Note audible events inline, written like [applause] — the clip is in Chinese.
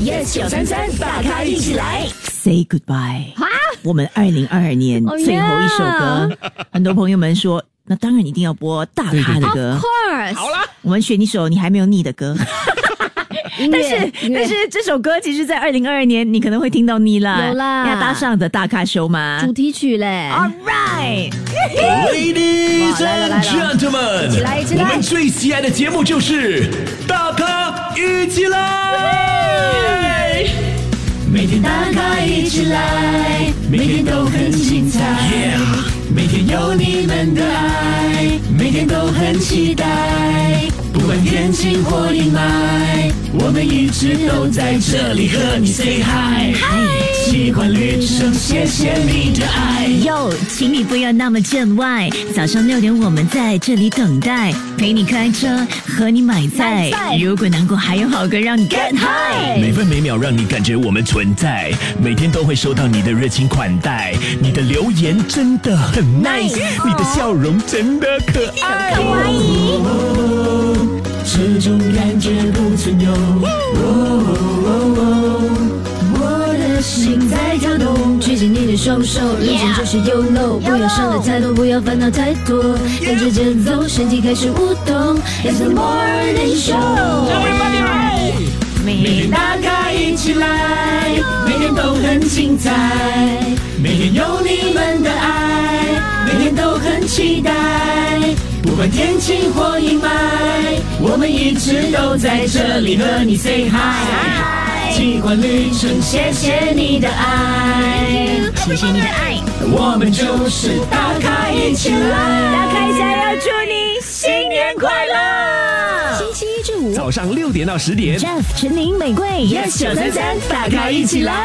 Yes 九三三，大咖一起来。 Say goodbye。我们二零二二 [laughs] 年哦最后一首歌，很多朋友们说，那当然一定要播大咖的 Of 歌。 course，好啦，我们选一首你还没有腻的 [laughs] 歌，音但乐是音乐但是这首歌其实，在二零二二年你可能会听到腻啦，有啦要搭上的大咖秀吗主题曲嘞。 ？All right， Ladies 哇来了 and 来了 gentlemen，起来起来我们最喜爱的节目就是《大咖一起来》，每天大咖一起来，每天都很精彩。 Yeah，每天有你们的爱，每天都很期待。不管天晴或阴霾，我们一直都在这里和你 say hi。习惯旅程，谢谢你的爱。哟，请你不要那么见外。早上六点，我们在这里等待，陪你开车，和你买菜买。菜如果难过，还有好歌让你 get high。每分每秒让你感觉我们存在，每天都会收到你的热情款待，你的留言真的很 nice，你的笑容真的可爱。哎这种感觉不曾有。我的心在跳动，举起你的双手，人生就是 YOLO，不要想的太多，不要烦恼太多，跟着节奏，身体开始舞动。It's the morning show，每天大咖一起来，每天都很精彩，每天有你们的爱，每天都很期待。不管天晴或阴霾，我们一直都在这里和你 say hi。习惯旅程，谢谢你的爱，谢谢你的爱，我们就是大咖一起来。打开一下，要祝你新年快乐。星期一至五早上六点到十点 Jeff、陈宁、玫瑰，Yes 九三三，大咖一起来。